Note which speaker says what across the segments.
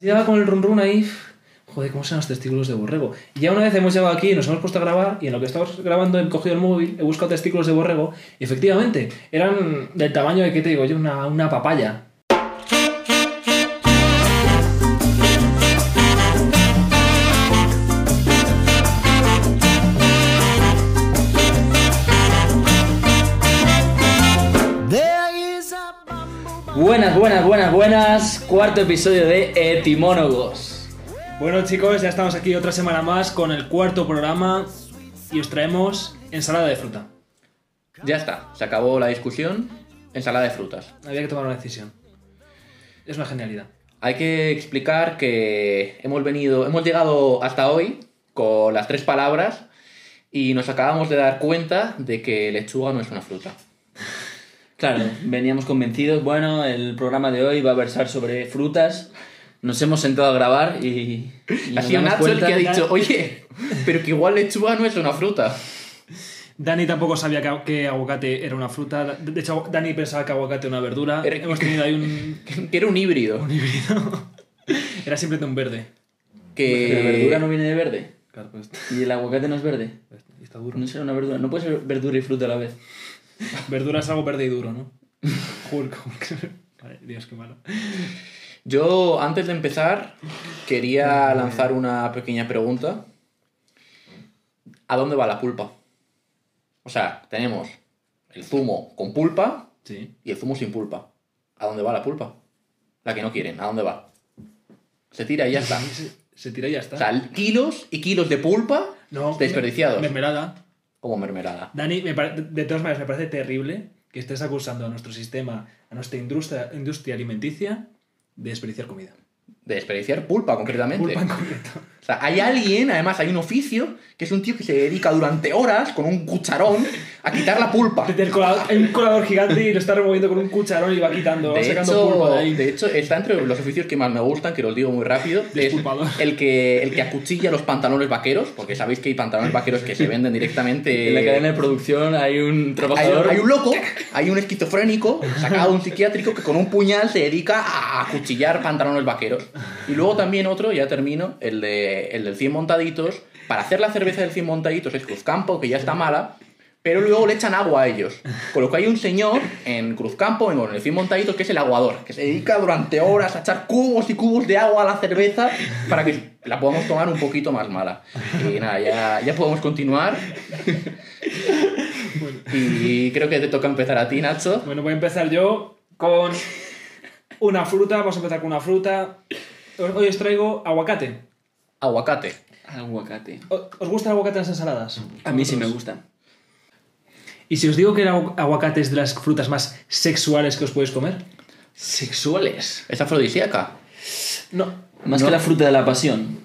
Speaker 1: Llevaba con el run run ahí. Joder, cómo son los testículos de borrego. Y ya una vez hemos llegado aquí, nos hemos puesto a grabar, y en lo que estamos grabando he cogido el móvil, he buscado testículos de borrego, y efectivamente, eran del tamaño de, ¿qué te digo yo? Una, una papaya. Buenas, buenas, buenas, buenas. Cuarto episodio de Etimónogos. Bueno, chicos, ya estamos aquí otra semana más con el cuarto programa y os traemos ensalada de fruta.
Speaker 2: Ya está, se acabó la discusión. Ensalada de frutas.
Speaker 1: Había que tomar una decisión. Es una genialidad.
Speaker 2: Hay que explicar que hemos venido, hemos llegado hasta hoy con las tres palabras y nos acabamos de dar cuenta de que lechuga no es una fruta.
Speaker 3: Claro, veníamos convencidos, bueno, el programa de hoy va a versar sobre frutas. Nos hemos sentado a grabar y... y
Speaker 2: Ha
Speaker 3: nos
Speaker 2: sido
Speaker 3: damos
Speaker 2: Nacho el
Speaker 3: cuenta-
Speaker 2: que ha dicho, oye, pero que igual lechuga no es una fruta.
Speaker 1: Dani tampoco sabía que, que aguacate era una fruta. De hecho, Dani pensaba que aguacate era una verdura.
Speaker 2: Era-
Speaker 1: Hemos tenido ahí un,
Speaker 2: Que era un híbrido.
Speaker 1: un híbrido. Era siempre de un verde.
Speaker 2: Que...
Speaker 3: ¿La verdura no viene de verde?
Speaker 1: Claro, pues,
Speaker 3: ¿Y el aguacate no es verde?
Speaker 1: está duro.
Speaker 3: No será una verdura, no puede ser verdura y fruta a la vez.
Speaker 1: Verdura es algo verde y duro, ¿no? Hulk. Hulk. Vale, Dios, qué malo.
Speaker 2: Yo, antes de empezar,
Speaker 3: Ah,
Speaker 2: quería lanzar una pequeña pregunta. ¿A dónde va la pulpa? O sea, tenemos el zumo con pulpa
Speaker 1: Sí.
Speaker 2: y el zumo sin pulpa. ¿A dónde va la pulpa? La que no quieren, ¿a dónde va? Se tira y ya está.
Speaker 1: Se, se tira y ya está.
Speaker 2: O sea, kilos y kilos de pulpa
Speaker 1: no,
Speaker 2: desperdiciados.
Speaker 1: Mermelada.
Speaker 2: Como mermelada.
Speaker 1: Dani, me pare- de todas maneras, me parece terrible que estés acusando a nuestro sistema, a nuestra industria, industria alimenticia, de desperdiciar comida.
Speaker 2: De desperdiciar pulpa, concretamente.
Speaker 1: Pulpa en concreto.
Speaker 2: O sea, hay alguien, además hay un oficio, que es un tío que se dedica durante horas con un cucharón a quitar la pulpa.
Speaker 1: Desde el colador- hay un colador gigante y lo está removiendo con un cucharón y va quitando, va
Speaker 2: De
Speaker 1: sacando
Speaker 2: hecho,
Speaker 1: pulpa de ahí.
Speaker 2: de hecho, está entre los oficios que más me gustan, que los digo muy rápido. Es
Speaker 1: Disculpador.
Speaker 2: el que, el que acuchilla los pantalones vaqueros, porque sabéis que hay pantalones vaqueros que se venden directamente.
Speaker 3: En la cadena de producción hay un
Speaker 2: hay,
Speaker 3: trabajador...
Speaker 2: hay un loco, hay un esquizofrénico, sacado de un psiquiátrico, que con un puñal se dedica a acuchillar pantalones vaqueros. Y luego también otro, ya termino, el, de, el del 100 montaditos. Para hacer la cerveza del 100 montaditos es Cruzcampo, que ya está mala, pero luego le echan agua a ellos. Con lo que hay un señor en Cruzcampo, en el 100 montaditos, que es el aguador, que se dedica durante horas a echar cubos y cubos de agua a la cerveza para que la podamos tomar un poquito más mala. Y nada, ya, ya podemos continuar. Y creo que te toca empezar a ti, Nacho.
Speaker 1: Bueno, voy a empezar yo con una fruta. Vamos a empezar con una fruta. Hoy os traigo aguacate.
Speaker 2: Aguacate.
Speaker 3: Aguacate.
Speaker 1: ¿O- ¿Os gusta el aguacate en las ensaladas?
Speaker 3: A mí sí me gusta.
Speaker 1: ¿Y si os digo que el agu- aguacate es de las frutas más sexuales que os podéis comer?
Speaker 3: Sexuales.
Speaker 2: Es afrodisíaca.
Speaker 1: No.
Speaker 3: Más que la fruta de la pasión.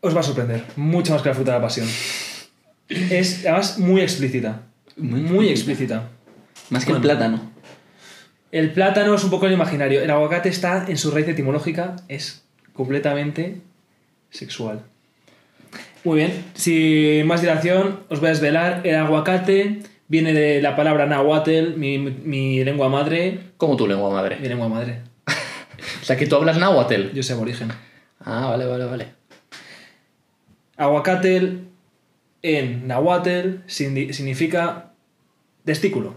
Speaker 1: Os va a sorprender. Mucho más que la fruta de la pasión. Es, además, muy explícita.
Speaker 3: Muy
Speaker 1: Muy
Speaker 3: explícita.
Speaker 1: explícita.
Speaker 3: Más que el
Speaker 1: Bueno.
Speaker 3: plátano.
Speaker 1: El plátano es un poco el imaginario. El aguacate está en su raíz etimológica, es completamente sexual. Muy bien, sin más dilación, os voy a desvelar. El aguacate viene de la palabra nahuatl, mi, mi lengua madre.
Speaker 2: Como tu lengua madre.
Speaker 1: Mi lengua madre,
Speaker 2: O sea que tú hablas náhuatl.
Speaker 1: yo soy aborigen.
Speaker 2: Ah, vale, vale, vale.
Speaker 1: Aguacatl en nahuatl signi- significa testículo.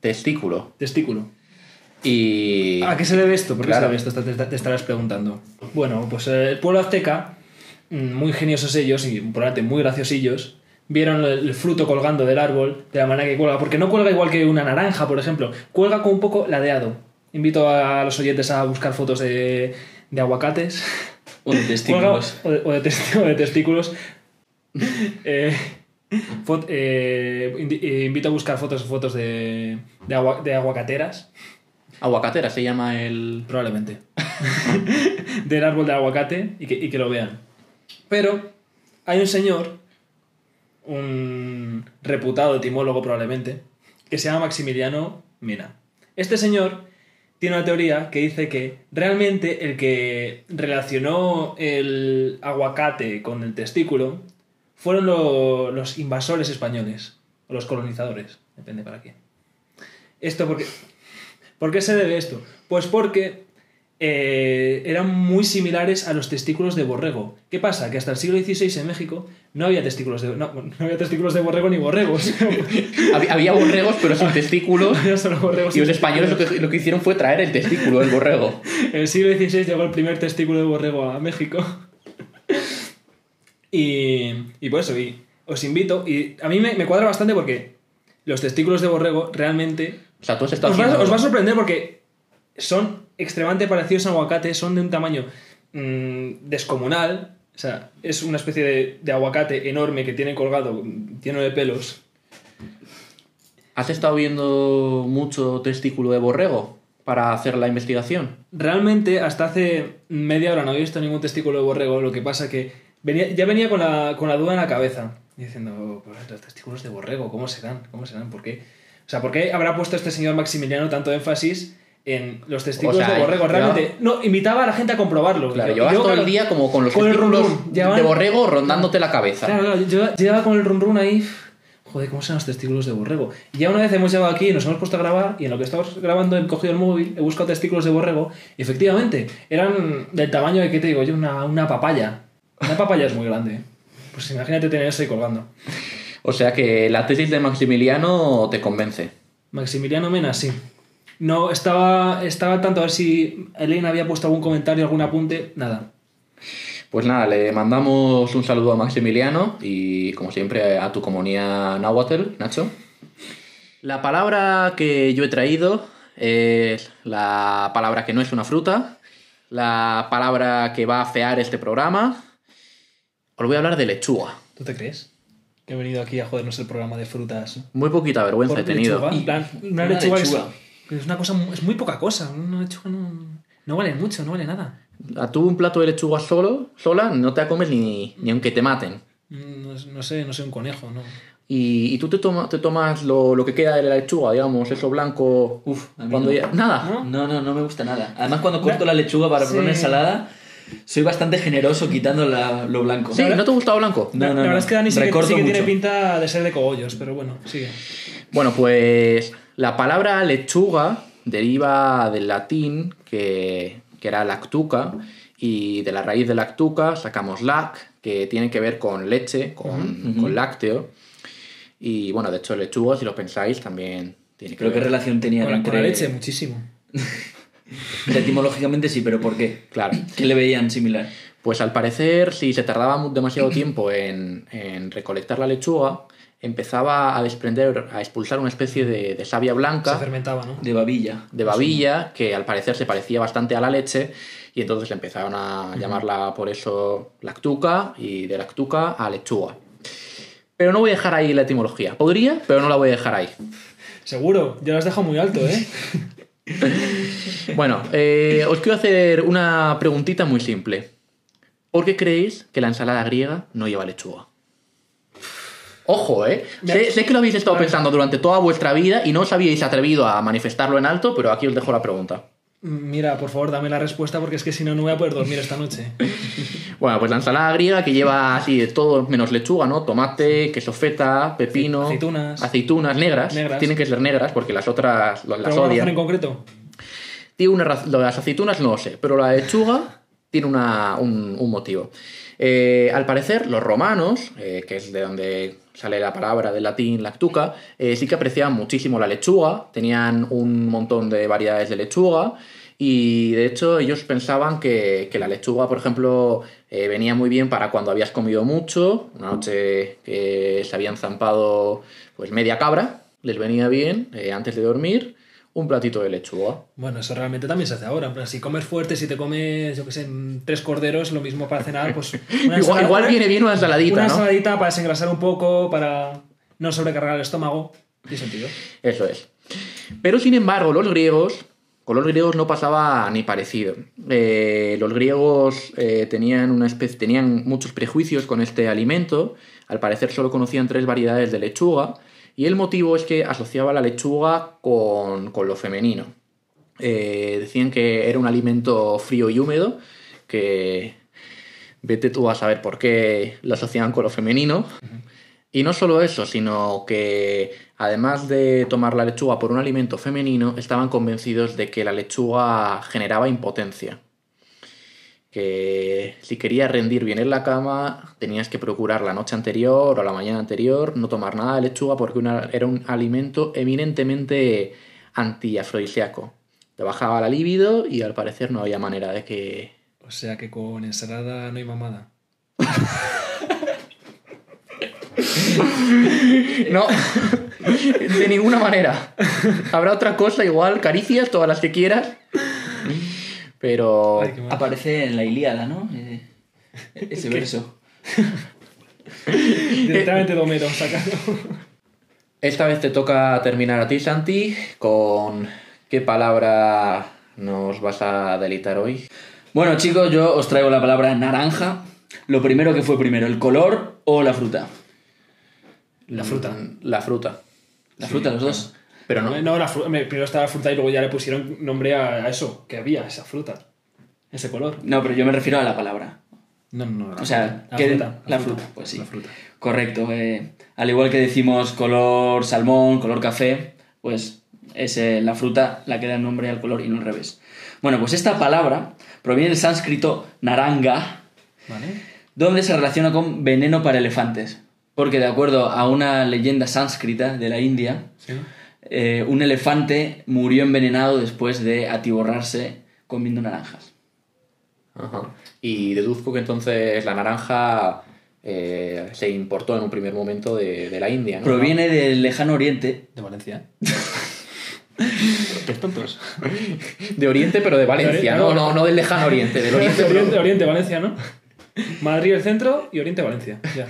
Speaker 2: Testículo.
Speaker 1: Testículo.
Speaker 2: Y.
Speaker 1: ¿A qué se debe esto? ¿Por qué
Speaker 2: Claro.
Speaker 1: se debe esto? Te, te- te estarás preguntando. Bueno, pues eh, el pueblo azteca, mm, muy ingeniosos ellos y probablemente muy graciosillos, vieron el, el fruto colgando del árbol de la manera que cuelga, porque no cuelga igual que una naranja, por ejemplo, cuelga con un poco ladeado. Invito a los oyentes a buscar fotos de, de aguacates.
Speaker 3: O de
Speaker 1: Cuelga-
Speaker 3: testículos.
Speaker 1: o de, o de testi- o de testículos. Eh, fot- eh, indi- eh, invito a buscar fotos, fotos de, de agua- de aguacateras.
Speaker 2: Aguacatera se llama el.
Speaker 1: Probablemente. del árbol del aguacate y que, y que lo vean. Pero hay un señor, un reputado etimólogo probablemente, que se llama Maximiliano Mina. Este señor tiene una teoría que dice que realmente el que relacionó el aguacate con el testículo fueron lo- los invasores españoles, o los colonizadores, depende para qué. Esto porque... ¿Por qué se debe esto? Pues porque eh, eran muy similares a los testículos de borrego. ¿Qué pasa? Que hasta el siglo XVI en México no había testículos de, no, no había testículos de borrego ni borregos.
Speaker 2: Había, había borregos, pero sin testículos.
Speaker 1: Había solo borregos
Speaker 2: Y los
Speaker 1: sin
Speaker 2: españoles lo que, lo que hicieron fue traer el testículo, el borrego.
Speaker 1: En el siglo XVI llegó el primer testículo de borrego a México. Y, y por eso, y os invito. Y a mí me, me cuadra bastante porque los testículos de borrego realmente.
Speaker 2: O sea, tú has estado
Speaker 1: Os va,
Speaker 2: haciendo-
Speaker 1: os va a sorprender porque son extremadamente parecidos a aguacate, son de un tamaño mm, descomunal. O sea, es una especie de, de aguacate enorme que tiene colgado, mm, lleno de pelos.
Speaker 2: ¿Has estado viendo mucho testículo de borrego para hacer la investigación?
Speaker 1: Realmente, hasta hace media hora no había visto ningún testículo de borrego. Lo que pasa que venía, ya venía con la, con la duda en la cabeza. Diciendo, "Pues, los testículos de borrego, ¿cómo serán? ¿Cómo serán? ¿Por qué? O sea, ¿por qué habrá puesto este señor Maximiliano tanto énfasis en los testículos
Speaker 2: sea,
Speaker 1: de borrego?
Speaker 2: yo-
Speaker 1: Realmente, no, invitaba a la gente a comprobarlo.
Speaker 2: Claro,
Speaker 1: Yo-
Speaker 2: llevas
Speaker 1: yo,
Speaker 2: todo
Speaker 1: claro,
Speaker 2: el día como con los
Speaker 1: con el
Speaker 2: testículos
Speaker 1: rumrum,
Speaker 2: de
Speaker 1: llevaban-
Speaker 2: borrego rondándote la cabeza.
Speaker 1: Claro, claro, yo lleva- llevaba con el run run ahí. Joder, ¿cómo serán los testículos de borrego? Y ya una vez hemos llegado aquí, nos hemos puesto a grabar y en lo que estábamos grabando he cogido el móvil, he buscado testículos de borrego y efectivamente eran del tamaño de, ¿qué te digo yo? Una, una papaya. Una papaya es muy grande. Pues imagínate tener eso ahí colgando.
Speaker 2: O sea que la tesis de Maximiliano te convence.
Speaker 1: Maximiliano Mena, sí. No, estaba, estaba tanto a ver si Elena había puesto algún comentario, algún apunte, nada.
Speaker 2: Pues nada, le mandamos un saludo a Maximiliano y, como siempre, a tu comunidad náhuatl, Nacho. La palabra que yo he traído es la palabra que no es una fruta, la palabra que va a fear este programa. Os voy a hablar de lechuga.
Speaker 1: ¿Tú te crees? Que he venido aquí a jodernos el programa de frutas.
Speaker 2: Muy poquita vergüenza he
Speaker 1: Por
Speaker 2: tenido.
Speaker 1: lechuga, en
Speaker 2: Y-
Speaker 1: plan, una,
Speaker 3: una
Speaker 1: lechuga,
Speaker 3: lechuga.
Speaker 1: Es, es una cosa mu- es muy poca cosa una lechuga no, no vale mucho no vale nada
Speaker 2: A tú un plato de lechuga solo, sola, no te la comes ni, ni aunque te maten.
Speaker 1: Mm, no, es- no sé no sé un conejo no
Speaker 2: Y, y tú te, toma- te tomas lo, lo que queda de la lechuga, digamos, eso blanco.
Speaker 3: Uf, a mí
Speaker 2: cuando
Speaker 3: no.
Speaker 2: ya- Nada.
Speaker 3: No, no, no me gusta nada. Además, cuando corto la lechuga para
Speaker 1: Sí.
Speaker 3: poner una ensalada, soy bastante generoso quitando la- lo blanco.
Speaker 2: Sí, ¿no te gusta blanco?
Speaker 3: No,
Speaker 1: la, la
Speaker 3: no, no.
Speaker 1: verdad es que Dani sí que,
Speaker 3: Recorto
Speaker 1: sí que tiene
Speaker 3: mucho.
Speaker 1: pinta de ser de cogollos pero bueno sigue
Speaker 2: Bueno, pues la palabra lechuga deriva del latín que, que era lactuca y de la raíz de lactuca sacamos lac, que tiene que ver con leche, con, con lácteo. Y bueno, de hecho lechuga, si lo pensáis, también tiene que
Speaker 3: Pero qué
Speaker 2: ver.
Speaker 3: relación tenía
Speaker 1: con la, con la
Speaker 3: entre-
Speaker 1: leche muchísimo
Speaker 3: Etimológicamente sí, pero ¿por qué?
Speaker 2: Claro.
Speaker 3: ¿Qué le veían similar?
Speaker 2: Pues al parecer, si se tardaba mu- demasiado tiempo en, en recolectar la lechuga, empezaba a desprender, a expulsar una especie de, de savia
Speaker 1: se
Speaker 2: blanca,
Speaker 1: fermentaba no
Speaker 3: De babilla.
Speaker 2: de babilla, que al parecer se parecía bastante a la leche, y entonces le empezaron a llamarla por eso lactuca, y de lactuca a lechuga. Pero no voy a dejar ahí la etimología. Podría, pero no la voy a dejar ahí.
Speaker 1: seguro yo las dejo muy alto eh
Speaker 2: Bueno, eh, os quiero hacer una preguntita muy simple. ¿Por qué creéis que la ensalada griega no lleva lechuga? Ojo, ¿eh? Sé, sé que lo habéis estado pensando durante toda vuestra vida y no os habíais atrevido a manifestarlo en alto, pero aquí os dejo la pregunta.
Speaker 1: mira por favor dame la respuesta porque es que si no no voy a poder dormir esta noche
Speaker 2: Bueno, pues la ensalada griega que lleva así de todo menos lechuga, ¿no? Tomate, queso feta, pepino,
Speaker 1: Aceitunas.
Speaker 2: aceitunas negras,
Speaker 1: Negras.
Speaker 2: tienen que ser negras porque las otras las, las
Speaker 1: pero una razón en
Speaker 2: odian.
Speaker 1: concreto
Speaker 2: Tiene una raz- lo de las aceitunas no lo sé, pero la lechuga tiene una- un, un motivo. Eh, al parecer, los romanos, eh, que es de donde sale la palabra del latín lactuca, eh, sí que apreciaban muchísimo la lechuga, tenían un montón de variedades de lechuga. Y de hecho ellos pensaban que, que la lechuga, por ejemplo, eh, venía muy bien para cuando habías comido mucho, una noche que se habían zampado pues media cabra, les venía bien eh, antes de dormir un platito de lechuga.
Speaker 1: bueno, eso realmente también se hace ahora. En plan, si comes fuerte, si te comes, yo qué sé, tres corderos, lo mismo para cenar, pues. una
Speaker 2: Igual,
Speaker 1: ensalada-
Speaker 2: igual viene bien una
Speaker 1: una
Speaker 2: ensaladita, ¿no?
Speaker 1: ensaladita para desengrasar un poco, para no sobrecargar el estómago. Tiene sentido.
Speaker 2: Eso es. Pero sin embargo, los griegos, con los griegos no pasaba ni parecido. Eh, los griegos eh, tenían, una especie, tenían muchos prejuicios con este alimento. Al parecer solo conocían tres variedades de lechuga. Y el motivo es que asociaba la lechuga con, con lo femenino. Eh, decían que era un alimento frío y húmedo, que vete tú a saber por qué lo asociaban con lo femenino. Y no solo eso, sino que además de tomar la lechuga por un alimento femenino, estaban convencidos de que la lechuga generaba impotencia. Que si querías rendir bien en la cama, tenías que procurar la noche anterior o la mañana anterior no tomar nada de lechuga porque una- era un alimento eminentemente antiafrodisíaco. Te bajaba la libido y al parecer no había manera de que
Speaker 1: O sea que con ensalada no hay mamada.
Speaker 2: No, de ninguna manera. Habrá otra cosa igual, caricias, todas las que quieras. Pero
Speaker 3: Oh.
Speaker 1: Ay, qué mal.
Speaker 3: Aparece en la Ilíada, ¿no? Eh, ese verso.
Speaker 1: Directamente de Homero, sacado.
Speaker 2: esta vez te toca terminar a ti, Santi, con qué palabra nos vas a delitar hoy.
Speaker 3: Bueno, chicos, yo os traigo la palabra naranja. Lo primero que fue primero, el color o la fruta.
Speaker 1: La fruta.
Speaker 2: Mm, La fruta.
Speaker 3: La fruta, los dos.
Speaker 2: Pero no.
Speaker 1: No, la fru- me- primero estaba la fruta y luego ya le pusieron nombre a, a eso, que había, esa fruta. Ese color.
Speaker 3: No, pero yo me refiero a la palabra.
Speaker 1: No, no, no.
Speaker 3: O sea, que- la fruta, pues sí. Correcto. eh, al igual que decimos color salmón, color café, pues es eh, la fruta la que da nombre al color y no al revés. Bueno, pues esta palabra proviene del sánscrito naranga,
Speaker 1: ¿Vale?
Speaker 3: donde se relaciona con veneno para elefantes. Porque de acuerdo a una leyenda sánscrita de la India,
Speaker 1: Sí.
Speaker 3: eh, un elefante murió envenenado después de atiborrarse comiendo naranjas.
Speaker 2: Ajá. Y deduzco que entonces la naranja eh, se importó en un primer momento de, de la India. ¿no?
Speaker 3: Proviene del lejano oriente.
Speaker 1: De Valencia. Qué tontos.
Speaker 2: De Oriente, pero de Valencia. No, no, no del lejano Oriente, del Oriente.
Speaker 1: Oriente, Oriente, Oriente, Valencia, ¿no? Madrid el centro y Oriente Valencia. Ya.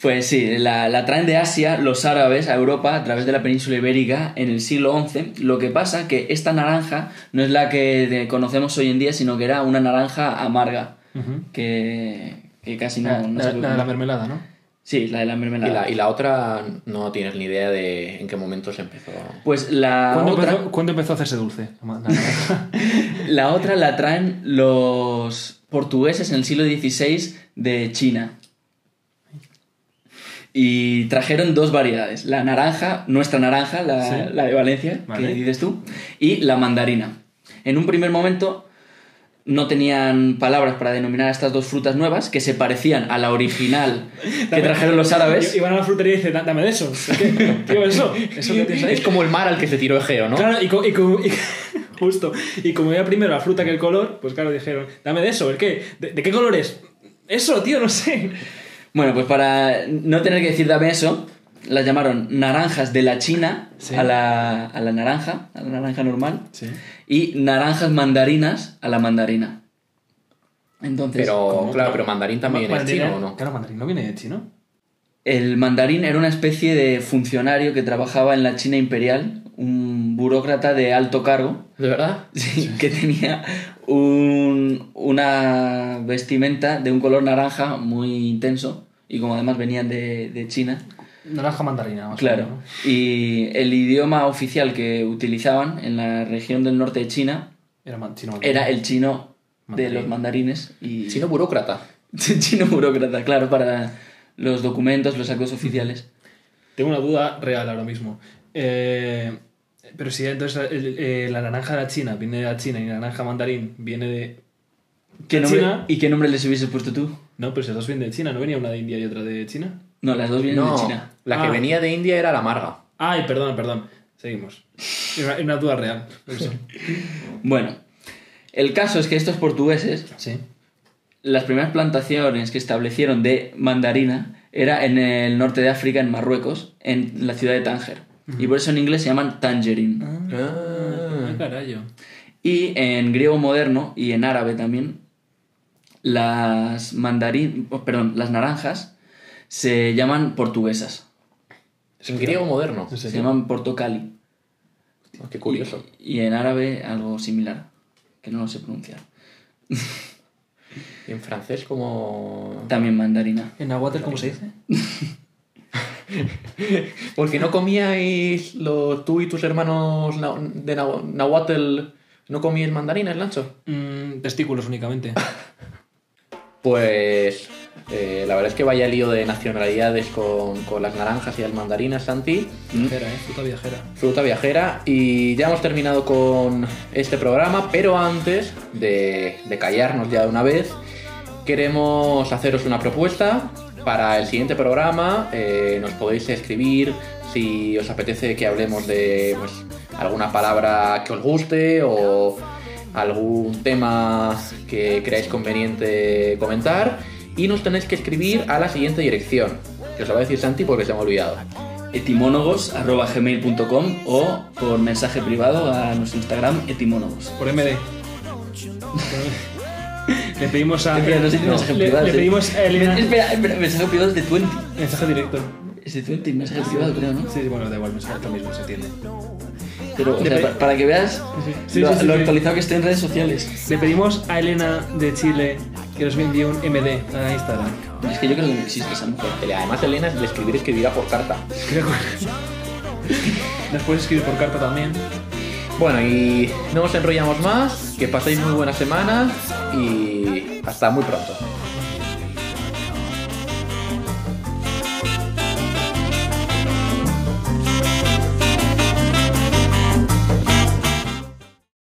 Speaker 3: Pues sí, la, la traen de Asia los árabes a Europa a través de la península ibérica en el siglo XI. Lo que pasa que esta naranja no es la que de- conocemos hoy en día, sino que era una naranja amarga, que, que casi
Speaker 2: Ah,
Speaker 3: no... Ah, no se puede comer.
Speaker 1: mermelada, ¿no?
Speaker 3: sí, la de la mermelada.
Speaker 2: Y la, y la otra no tienes ni idea de en qué momento se empezó.
Speaker 3: Pues la
Speaker 1: ¿Cuándo,
Speaker 3: otra,
Speaker 1: empezó, cuándo empezó a hacerse dulce? La naranja.
Speaker 3: la otra la traen los portugueses en el siglo XVI de China. Y trajeron dos variedades, la naranja, nuestra naranja, la,
Speaker 1: Sí.
Speaker 3: la de Valencia,
Speaker 1: Vale.
Speaker 3: que dices tú, y la mandarina. En un primer momento no tenían palabras para denominar a estas dos frutas nuevas que se parecían a la original que trajeron los árabes.
Speaker 1: Y van a la frutería y dicen, "Da- dame de eso. ¿Qué? Tío, eso. Eso que tienes ahí.
Speaker 2: Es como el mar al que se tiró Egeo, ¿no?
Speaker 1: Claro, y, co- y como- y- justo. Y como era primero la fruta que el color, pues claro, dijeron, dame de eso, ¿el qué? ¿De, de qué color es? Eso, tío, no sé.
Speaker 3: Bueno, pues para no tener que decir dame eso, las llamaron naranjas de la China
Speaker 1: Sí.
Speaker 3: a, la, a la naranja, a la naranja normal,
Speaker 1: Sí.
Speaker 3: y naranjas mandarinas a la mandarina. Entonces,
Speaker 2: Pero,
Speaker 1: ¿Cómo?
Speaker 2: claro, pero mandarín también es chino, ¿o no?
Speaker 1: Claro, mandarín no viene de chino.
Speaker 3: el mandarín era una especie de funcionario que trabajaba en la China imperial, un burócrata de alto cargo,
Speaker 2: ¿De verdad?
Speaker 3: sí, que tenía un- una vestimenta de un color naranja muy intenso, y como además venían de- de China,
Speaker 1: Naranja mandarina, más
Speaker 3: Claro. Y el idioma oficial que utilizaban en la región del norte de China
Speaker 1: Era man- chino mandarín.
Speaker 3: era el chino
Speaker 1: Mandarín.
Speaker 3: de los mandarines y
Speaker 2: Chino burócrata.
Speaker 3: chino burócrata, claro, para los documentos, los actos oficiales.
Speaker 1: Tengo una duda real ahora mismo. Eh, pero si entonces el- eh, la naranja de la China viene de la China y la naranja mandarín viene de...
Speaker 3: ¿Qué nombre-
Speaker 1: China.
Speaker 3: ¿Y qué nombre les hubieses puesto tú?
Speaker 1: No, pero si las dos vienen de China, ¿no venía una de India y otra de China?
Speaker 3: No, las dos vienen
Speaker 2: No,
Speaker 3: de China.
Speaker 2: la que
Speaker 1: Ah.
Speaker 2: venía de India era la amarga.
Speaker 1: Ay, perdón, perdón. Seguimos. Era era una duda real. Eso.
Speaker 3: Bueno, el caso es que estos portugueses,
Speaker 1: Sí.
Speaker 3: las primeras plantaciones que establecieron de mandarina era en el norte de África, en Marruecos, en la ciudad de Tánger. Y por eso en inglés se llaman tangerine.
Speaker 1: Ah, carayo.
Speaker 3: Y en griego moderno y en árabe también, las mandarín, oh, perdón, las naranjas se llaman portuguesas,
Speaker 2: en griego moderno.
Speaker 1: No
Speaker 2: Oh,
Speaker 1: sé.
Speaker 3: se
Speaker 1: Sí.
Speaker 3: llaman portocali.
Speaker 2: Qué curioso.
Speaker 3: Y, y en árabe algo similar, que no lo sé pronunciar.
Speaker 2: Y en francés como...
Speaker 3: También mandarina.
Speaker 1: ¿En Aguater cómo se dice?
Speaker 2: Porque no comíais los, tú y tus hermanos na- de na- Nahuatl... ¿No comíais mandarines, Lancho?
Speaker 1: Mm, testículos únicamente.
Speaker 2: Pues Eh, la verdad es que vaya lío de nacionalidades con, con las naranjas y las mandarinas, Santi.
Speaker 1: Viajera, ¿eh? Puta viajera.
Speaker 2: Fruta viajera. Y ya hemos terminado con este programa, pero antes de, de callarnos ya de una vez, queremos haceros una propuesta. Para el siguiente programa eh, nos podéis escribir si os apetece que hablemos de pues, alguna palabra que os guste o algún tema que creáis conveniente comentar y nos tenéis que escribir a la siguiente dirección que os la va a decir Santi porque se me ha olvidado
Speaker 3: etimonogos.gmail.com o por mensaje privado a nuestro Instagram etimónogos.
Speaker 1: Por MD. Le pedimos a.
Speaker 3: Espera, no sé si mensaje
Speaker 1: le,
Speaker 3: privado,
Speaker 1: le
Speaker 3: sí.
Speaker 1: pedimos a Elena.
Speaker 3: Espera, espera, mensaje privado es de 20.
Speaker 1: Mensaje directo.
Speaker 3: Es de 20, mensaje privado creo, ¿no?
Speaker 1: Sí, sí, bueno, da igual, mensaje lo mismo, se entiende.
Speaker 3: Pero, o sea,
Speaker 1: Depende.
Speaker 3: pa- para que veas
Speaker 1: Sí,
Speaker 3: lo,
Speaker 1: sí, sí,
Speaker 3: lo
Speaker 1: sí.
Speaker 3: actualizado que estoy en redes sociales.
Speaker 1: Le pedimos a Elena de Chile que nos envíe un MD a Instagram.
Speaker 3: Es que yo creo que no existe esa mujer.
Speaker 2: además Elena de escribir escribirá por carta
Speaker 1: Creo que- Las puedes escribir por carta también.
Speaker 2: bueno y no os enrollamos más que paséis muy buenas semanas y hasta muy pronto